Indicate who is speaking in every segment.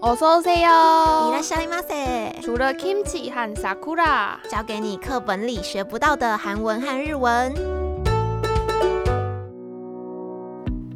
Speaker 1: 어서오세
Speaker 2: 伊拉
Speaker 1: 요
Speaker 2: 夏伊马塞，
Speaker 1: 除了 kimchi 和 sakura，
Speaker 2: 教给你课本里学不到的韩文和日文。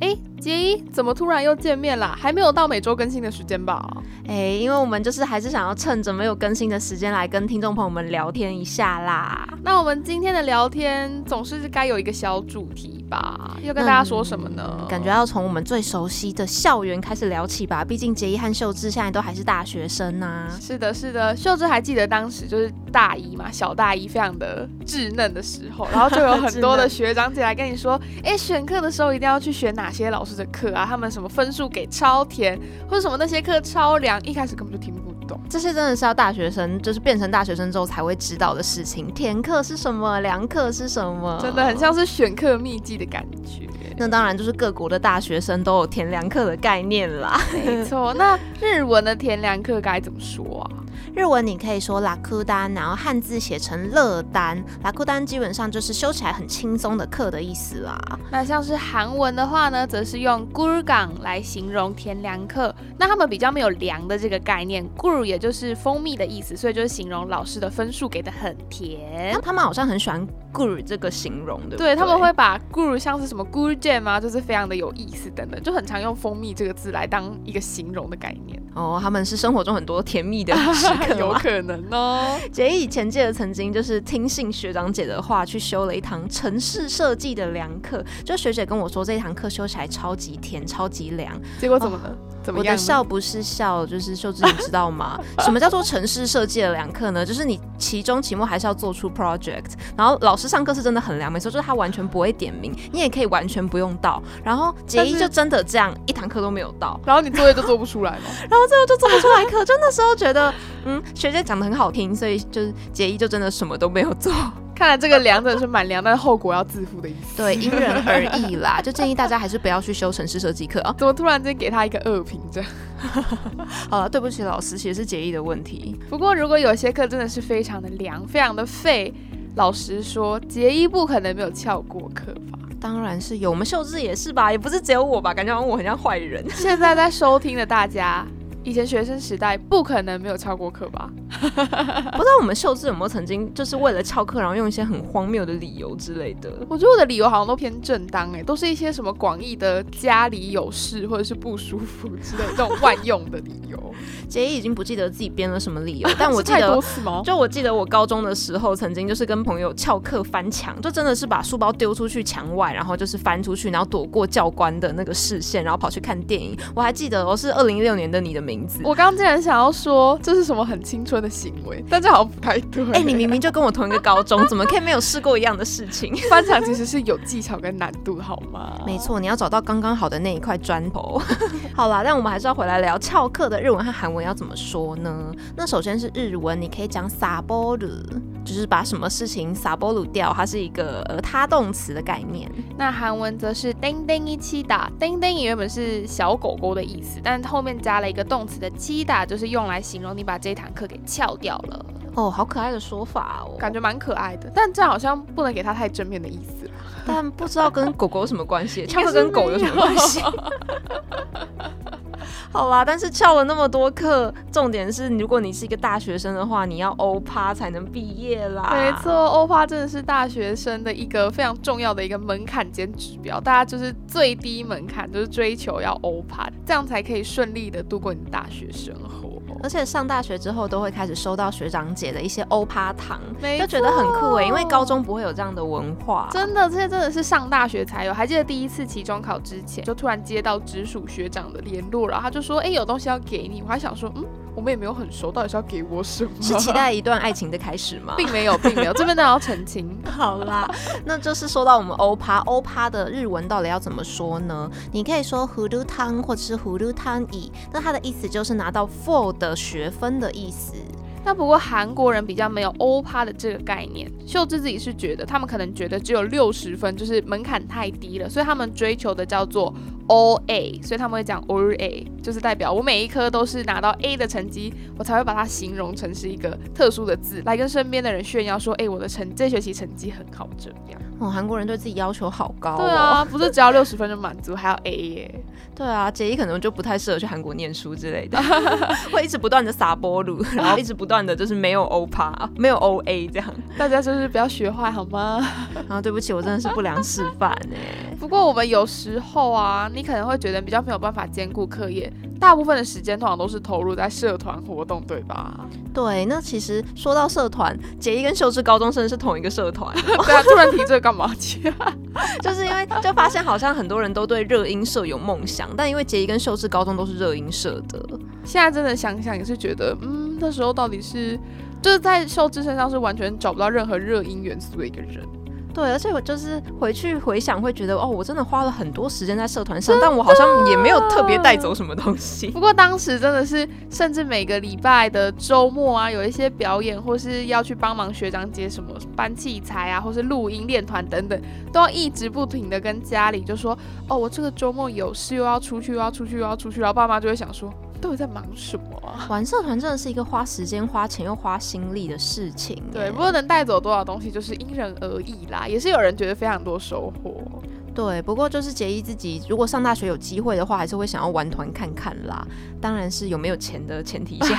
Speaker 1: 哎，杰一，怎么突然又见面啦？还没有到每周更新的时间吧？
Speaker 3: 哎、因为我们就是还是想要趁着没有更新的时间来跟听众朋友们聊天一下啦。
Speaker 1: 那我们今天的聊天总是该有一个小主题吧？要跟大家说什么呢？
Speaker 3: 感觉要从我们最熟悉的校园开始聊起吧，毕竟杰一和秀智现在都还是大学生啊呐、
Speaker 1: 是的，是的，秀智还记得当时就是大一嘛，小大一非常的稚嫩的时候，然后就有很
Speaker 3: 稚
Speaker 1: 多的
Speaker 3: 嫩
Speaker 1: 学长姐来跟你说， 哎，选课的时候一定要去选哪些老师的课啊，他们什么分数给超甜，或者什么那些课超凉，一开始根本就听不懂。
Speaker 3: 这些真的是要大学生，就是变成大学生之后才会知道的事情。填课是什么，量课是什么，
Speaker 1: 真的很。像是选课秘籍的感觉。
Speaker 3: 那当然就是各国的大学生都有填量课的概念啦。
Speaker 1: 没错，那日文的田良课该怎么说啊？
Speaker 2: 日文你
Speaker 3: 可以说拉库丹，然后汉字写成乐丹，拉库丹基本上就是修起来很轻松的课的意思啦。
Speaker 1: 那像是韩文的话呢，则是用 gur gang 来形容田良课。那他们比较没有凉的这个概念，gur 也就是蜂蜜的意思，所以就是形容老师的分数给的很甜。
Speaker 3: 他们好像很喜欢 “guru” 这个形容，对不
Speaker 1: 对，他们会把 gur 像是什么 gur jam 啊，就是非常的有意思等等，就很常用蜂蜜这个字来当一个形容的概念，
Speaker 3: 哦，他们是生活中很多甜蜜的时 刻
Speaker 1: 有
Speaker 3: 嘛。
Speaker 1: 可能啊哦。
Speaker 3: 杰以前记得曾经就是听信学长姐的话去修了一堂城市设计的凉课，就学姐跟我说这一堂课修起来超级甜、超级凉，
Speaker 1: 结果怎么了？怎么
Speaker 3: 我
Speaker 1: 样
Speaker 3: 的
Speaker 1: 呢？
Speaker 3: 笑不是笑，就是秀智，你知道吗？什么叫做城市设计的两课呢？就是你期中、期末还是要做出 project，然后老师上课是真的很凉，没错，就是他完全不会点名，你也可以完全不用到。然后杰
Speaker 1: 但
Speaker 3: 一
Speaker 1: 是
Speaker 3: 就真的这样一堂课都没有到，
Speaker 1: 然后你作业就做不出来吗？
Speaker 3: 然后最后就做不出来课。就那时候觉得，嗯，学姐讲的很好听，所以就是杰一就真的什么都没有做。
Speaker 1: 看来这个凉真的是蛮凉，但是后果要自负的意思。
Speaker 3: 对，因人而异啦，就建议大家还是不要去修城市设计课啊。
Speaker 1: 怎么突然间给他一个恶评这样？
Speaker 3: 好了，对不起老师，其实是杰一的问题。
Speaker 1: 不过如果有些课真的是非常的凉，非常的废，老实说，杰一不可能没有翘过课吧？
Speaker 3: 当然是有，我们秀智也是吧，也不是只有我吧，感觉好像我很像坏人。
Speaker 1: 现在在收听的大家，以前学生时代不可能没有翘过课吧？
Speaker 3: 不知道我们秀智有没有曾经就是为了翘课，然后用一些很荒谬的理由之类的。
Speaker 1: 我觉得我的理由好像都偏正当哎、都是一些什么广义的家里有事或者是不舒服之类的这种万用的理 由。
Speaker 3: 杰伊已经不记得自己编了什么 理由，但我
Speaker 1: 是
Speaker 3: 记
Speaker 1: 太多
Speaker 3: 得。
Speaker 1: 次吗？
Speaker 3: 就我记得我高中的时候，曾经就是跟朋友翘课翻墙，就真的是把书包丢出去墙外，然后就是翻出去，然后躲过教官的那个视线，然后跑去看电影。我还记得我是二零一六年的你的名字。
Speaker 1: 我刚刚竟然想要说这是什么很青春的行为，但这好像不太对。
Speaker 3: 哎、你明明就跟我同一个高中，怎么可以没有试过一样的事情？
Speaker 1: 翻墙其实是有技巧跟难度的，好吗？
Speaker 3: 没错，你要找到刚刚好的那一块砖头。 好啦，但我们还是要回来聊翘课的日文和韩文要怎么说呢？那首先是日文，你可以讲撒波鲁，就是把什么事情撒波鲁掉，它是一个呃他动词的概念。
Speaker 1: 那韩文则是叮叮一七打，叮叮也原本是小狗狗的意思，但后面加了一个动词的七打，就是用来形容你把这堂课给翘掉了，
Speaker 3: 哦，好可爱的说法哦，
Speaker 1: 感觉蛮可爱的。但这好像不能给它太正面的意思了。
Speaker 3: 但不知道跟狗狗有什么关 系，翘
Speaker 1: 应该
Speaker 3: 课
Speaker 1: 是
Speaker 3: 跟狗有什么关系
Speaker 1: 没？
Speaker 3: 好啦，但是翘了那么多课，重点是如果你是一个大学生的话，你要欧趴才能毕业啦。
Speaker 1: 没错，欧帕真的是大学生的一个非常重要的一个门槛兼指标，大家就是最低门槛就是追求要欧帕，这样才可以顺利的度过你的大学生活。
Speaker 3: 而且上大学之后都会开始收到学长姐的一些欧趴糖，
Speaker 1: 没
Speaker 3: 就觉得很酷
Speaker 1: 错
Speaker 3: 哎、因为高中不会有这样的文化。
Speaker 1: 真的，这些真的是上大学才有。还记得第一次期中考之前，就突然接到直属学长的联络，然后他就说：“哎、有东西要给你。”我还想说：“嗯，我们也没有很熟，到底是要给我什么？”
Speaker 3: 是期，待一段爱情的开始 吗？
Speaker 1: 并没有，并没有。这边当然要澄清，
Speaker 3: 好 啦，那就是说到我们欧趴，欧趴的日文到底要怎么说呢？
Speaker 2: 你可以说葫芦汤或者是葫芦汤椅，
Speaker 3: 那它的意思就是拿到 four 的学分的意思。
Speaker 1: 那不过韩国人比较没有欧趴的这个概念，秀智自己是觉得他们可能觉得只有六十分就是门槛太低了，所以他们追求的叫做 O A，所以他们会讲 O A，就是代表我每一科都是拿到 A 的成绩，我才会把它形容成是一个特殊的字，来跟身边的人炫耀说，哎、我的成这学期成绩很好，这样。
Speaker 3: 哦，韩国人对自己要求好高、哦。
Speaker 1: 对，啊，不是只要六十分就满足，还要 A 耶。
Speaker 3: 对啊，杰伊可能就不太适合去韩国念书之类 的，会一直不断的撒波 鲁，然后一直不断的就是没有欧趴，没有 OA 这样。
Speaker 1: 大家就是不要学坏好吗？
Speaker 3: 然后对不起，我真的是不良示范哎。
Speaker 1: 不过我们有时候啊，你可能会觉得比较没有办法兼顾课业，大部分的时间通常都是投入在社团活动，对吧？
Speaker 3: 对，那其实说到社团，杰伊跟秀智高中生是同一个社团，
Speaker 1: 对啊，突然提这个干嘛？其实
Speaker 3: 就是因为就发现好像很多人都对热音社有梦想，但因为杰伊跟秀智高中都是热音社的，
Speaker 1: 现在真的想想也是觉得，嗯，那时候到底是就是在秀智身上是完全找不到任何热音元素的一个人。
Speaker 3: 对，而且我就是回去回想，会觉得哦，我真的花了很多时间在社团上，但我好像也没有特别带走什么东西。
Speaker 1: 不过当时真的是，甚至每个礼拜的周末啊，有一些表演，或是要去帮忙学长姐什么搬器材啊，或是录音练团等等，都要一直不停的跟家里就说，哦，我这个周末有事，又要出去，又要出去，又要出去，然后爸妈就会想说，到底在忙什么啊？
Speaker 3: 玩社团真的是一个花时间、花钱又花心力的事情。
Speaker 1: 对，不过能带走多少东西就是因人而异啦，也是有人觉得非常多收 获。
Speaker 3: 对，不过就是杰伊自己，如果上大学有机会的话，还是会想要玩团看看啦。当然是有没有钱的前提下。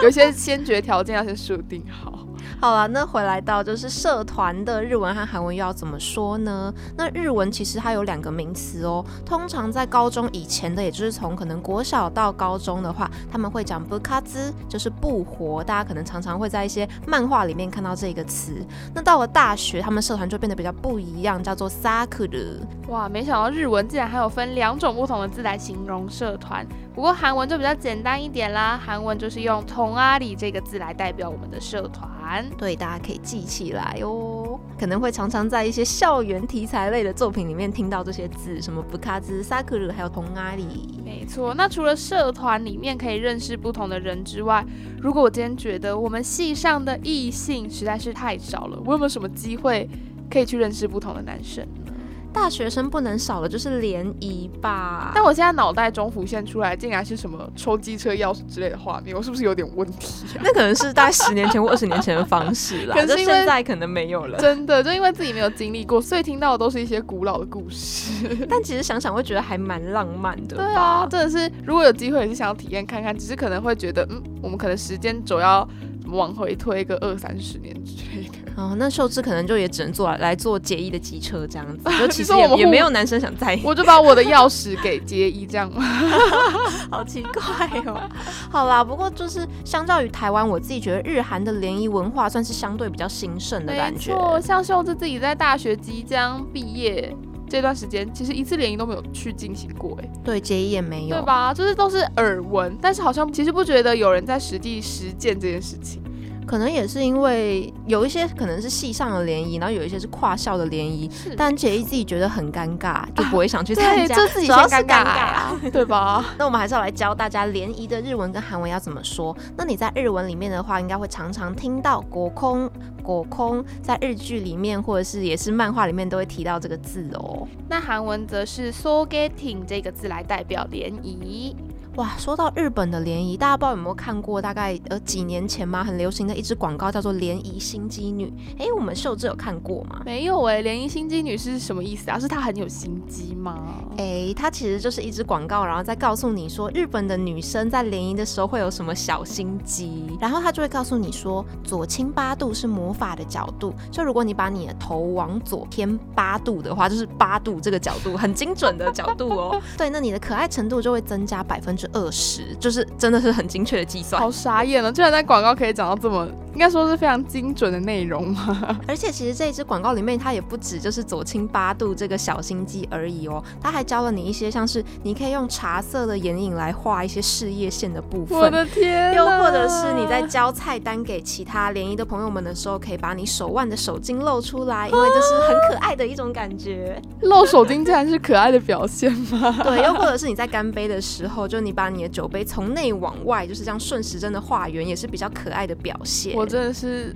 Speaker 1: 有一些先决条件要先设定好。
Speaker 3: 好了，那回来到就是社团的日文和韩文又要怎么说呢？那日文其实它有两个名词哦，通常在高中以前的，也就是从可能国小到高中的话，他们会讲不卡兹，就是不活，大家可能常常会在一些漫画里面看到这个词。那到了大学，他们社团就变得比较不一样，叫做 sakura。
Speaker 1: 哇，没想到日文竟然还有分两种不同的字来形容社团。不过韩文就比较简单一点啦，韩文就是用“同阿里”这个字来代表我们的社团。
Speaker 3: 对，大家可以记起来哦。可能会常常在一些校园题材类的作品里面听到这些字，什么不卡兹、萨克鲁，还有同阿里。
Speaker 1: 没错，那除了社团里面可以认识不同的人之外，如果我今天觉得我们系上的异性实在是太少了，我有没有什么机会可以去认识不同的男生呢？
Speaker 3: 大学生不能少的就是联谊吧。
Speaker 1: 啊但我现在脑袋中浮现出来竟然是什么抽机车钥匙之类的画面，我是不是有点问题啊？
Speaker 3: 那可能是大概十年前或二十年前的方式啦，
Speaker 1: 可是
Speaker 3: 就
Speaker 1: 因为
Speaker 3: 现在可能没有 了。
Speaker 1: 真的，就因为自己没有经历过，所以听到的都是一些古老的故 事。
Speaker 3: 但其实想想会觉得还蛮浪漫的。
Speaker 1: 对啊，，真的是，如果有机会也是想要体验看看，只是可能会觉得，嗯，我们可能时间轴要往回推个二三十年之类的。
Speaker 3: 哦，那秀智可能就也只能做来做结义的机车这样 子，就其
Speaker 1: 你
Speaker 3: 实
Speaker 1: 说我
Speaker 3: 也
Speaker 1: 们
Speaker 3: 也
Speaker 1: 互
Speaker 3: 没有男生想在意，
Speaker 1: 我就把我的钥匙给杰一，这样吗？
Speaker 3: 好奇怪哦。好啦，不过就是相较于台湾，我自己觉得日韩的联谊文化算是相对比较兴盛的感觉。
Speaker 1: 错，像秀智自己在大学即将毕业这段时间，其实一次联谊都没有去进行过、哎。
Speaker 3: 对，结义也没有，
Speaker 1: 对？吧？就是都是耳闻，但是好像其实不觉得有人在实际实践这件事情。
Speaker 3: 可能也是因为有一些可能是系上的联谊，然后有一些是跨校的联谊，
Speaker 1: 是啊
Speaker 3: 但结义自己觉得很尴尬，就不会想去参
Speaker 1: 对，
Speaker 3: 加，
Speaker 1: 这自己
Speaker 3: 主
Speaker 1: 先
Speaker 3: 要是
Speaker 1: 尴
Speaker 3: 尬
Speaker 1: 尬啊，对吧？
Speaker 3: 那我们还是要来教大家联谊的日文跟韩文要怎么说。那你在日文里面的话，应该会常常听到“果空”，“果空”在日剧里面或者是也是漫画里面都会提到这个字哦。
Speaker 1: 那韩文则是 “so getting” 这个字来代表联谊。
Speaker 3: 哇，说到日本的联谊，大家不知道有没有看过？大概呃几年前嘛，很流行的一支广告叫做“联谊心机女”。哎，我们秀智有看过吗？
Speaker 1: 没有哎、联谊心机女是什么意思啊？是她很有心机吗？
Speaker 3: 哎，它其实就是一支广告，然后再告诉你说日本的女生在联谊的时候会有什么小心机，然后它就会告诉你说左倾八度是魔法的角度，就如果你把你的头往左偏八度的话，就是八度这个角度，很精准的角度哦。 对，那你的可爱程度就会增加百分之二十，就是真的是很精确的计算。
Speaker 1: 好傻眼了，居然在广告可以讲到这么，应该说是非常精准的内容 吗？
Speaker 3: 而且其实这一支广告里面，它也不止就是左倾八度这个小心机而已哦，它还教了你一些像是你可以用茶色的眼影来画一些事业线的部分。
Speaker 1: 我的天！
Speaker 3: 又或者是你在。交菜单给其他联谊的朋友们的时候，可以把你手腕的手巾露出来，因为这是很可爱的一种感觉。
Speaker 1: 露手巾竟然是可爱的表现 吗？
Speaker 3: 对，又或者是你在干杯的时候，就你把你的酒杯从内往外，就是这样顺时针的画圆，也是比较可爱的表现。
Speaker 1: 我真的是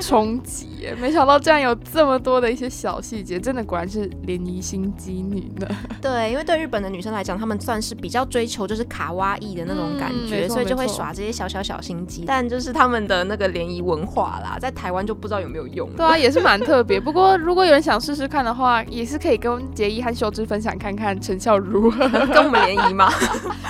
Speaker 1: 冲击耶，没想到竟然有这么多的一些小细节，真的果然是联谊心机女呢。
Speaker 3: 对，因为对日本的女生来讲，她们算是比较追求就是卡哇伊的那种感
Speaker 1: 嗯
Speaker 3: 觉，
Speaker 1: 没错
Speaker 3: 所以就
Speaker 1: 没
Speaker 3: 会
Speaker 1: 错
Speaker 3: 耍这些小小小心机。但就是他们的那个联谊文化啦，在台湾就不知道有没有用。
Speaker 1: 对啊，也是蛮特别。不过如果有人想试试看的话，也是可以跟杰一和秀芝分享看看成效如 何。
Speaker 3: 跟我们联 谊吗？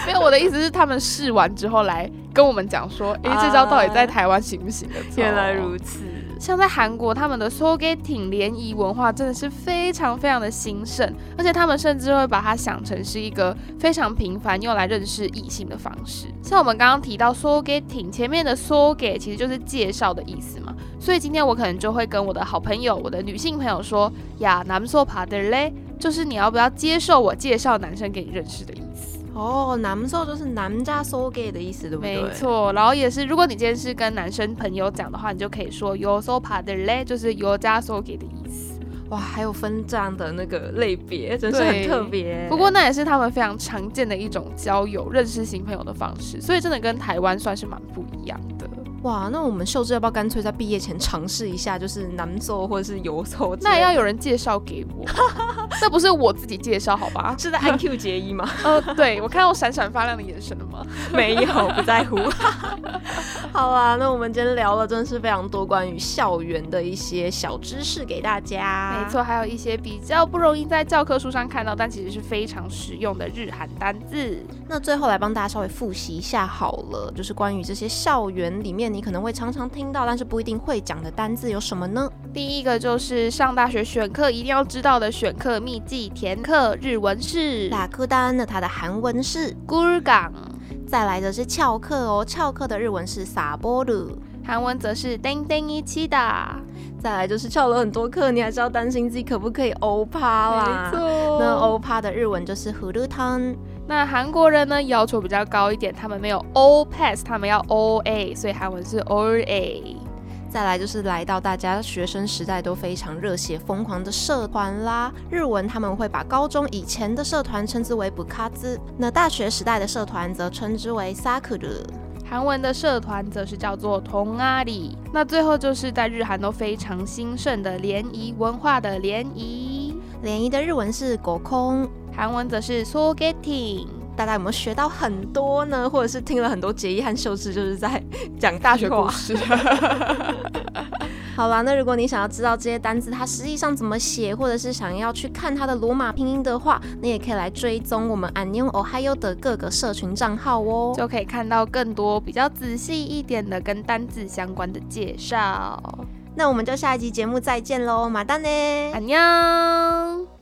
Speaker 1: 没有，我的意思是他们试完之后来跟我们讲说，诶，这招到底在台湾行不行的？此。
Speaker 3: 此。
Speaker 1: 像在韩国，他们的 s o g e t i n g 联谊文化真的是非常非常的兴盛，而且他们甚至会把它想成是一个非常频繁用来认识异性的方式。像我们刚刚提到 s o g e t i n g 前面的 s o g e 其实就是介绍的意思嘛，所以今天我可能就会跟我的好朋友、我的女性朋友说呀，남소받을래？就是你要不要接受我介绍男生给你认识的意思？
Speaker 3: 哦，男受就是男加 so gay 的意思，对不对？
Speaker 1: 没错，然后也是，如果你今天是跟男生朋友讲的话，你就可以说 “yo so pa de le”，就是 “yo 加 so 给”的意思。
Speaker 3: 哇，还有分这样的那个类别，真是
Speaker 1: 对
Speaker 3: 很特别。
Speaker 1: 不过那也是他们非常常见的一种交友、认识新朋友的方式，所以真的跟台湾算是蛮不一样的。
Speaker 3: 哇，那我们秀智要不要干脆在毕业前尝试一下，就是男受或者是游受？
Speaker 1: 那也要有人介绍给 我，这不是我自己介绍，好吧？
Speaker 3: 啊是在 IQ 结衣吗？
Speaker 1: 呃，对我看到闪闪发亮的眼神了吗？
Speaker 3: 没有，不在乎。 好啦，那我们今天聊了真是非常多关于校园的一些小知识给大家。
Speaker 1: 没错，还有一些比较不容易在教科书上看到，但其实是非常实用的日韩单字。
Speaker 3: 那最后来帮大家稍微复习一下好了，就是关于这些校园里面你可能会常常听到，但是不一定会讲的单字有什么呢？
Speaker 1: 第一个就是上大学选课一定要知道的选课秘籍，填课日文是
Speaker 3: 拉科丹的它的韩文是，
Speaker 1: g u r g a n
Speaker 3: 再来的是翘课哦，翘课的日文是撒波鲁。
Speaker 1: 韩文则是 d e n d e n i c h i
Speaker 3: 再来就是翘了很多课，你还是要担心自己可不可以欧趴啦。
Speaker 1: 错
Speaker 3: 那欧趴的日文就是葫芦汤。
Speaker 1: 那韩国人呢要求比较高一点，他们没有 O pass，他们要 O A，所以韩文是 O A。
Speaker 3: 再来就是来到大家学生时代都非常热血疯狂的社团啦，日文他们会把高中以前的社团称之为不卡兹，那大学时代的社团则称之为萨克鲁。
Speaker 1: 韩文的社团则是叫做同阿里。那最后就是在日韩都非常兴盛的联谊文化的联谊，
Speaker 3: 联谊的日文是狗空。
Speaker 1: 韩文则是 so getting。
Speaker 3: 大家有没有学到很多呢？或者是听了很多结衣和秀智就是在讲大学故事？
Speaker 1: 事。
Speaker 3: 好啦，那如果你想要知道这些单字它实际上怎么写，或者是想要去看它的罗马拼音的话，你也可以来追踪我们安妞 Ohio 的各个社群账号哦。
Speaker 1: 就可以看到更多比较仔细一点的跟单字相关的介绍。
Speaker 3: 那我们就下一集节目再见喽，马丹呢。
Speaker 1: 안녕。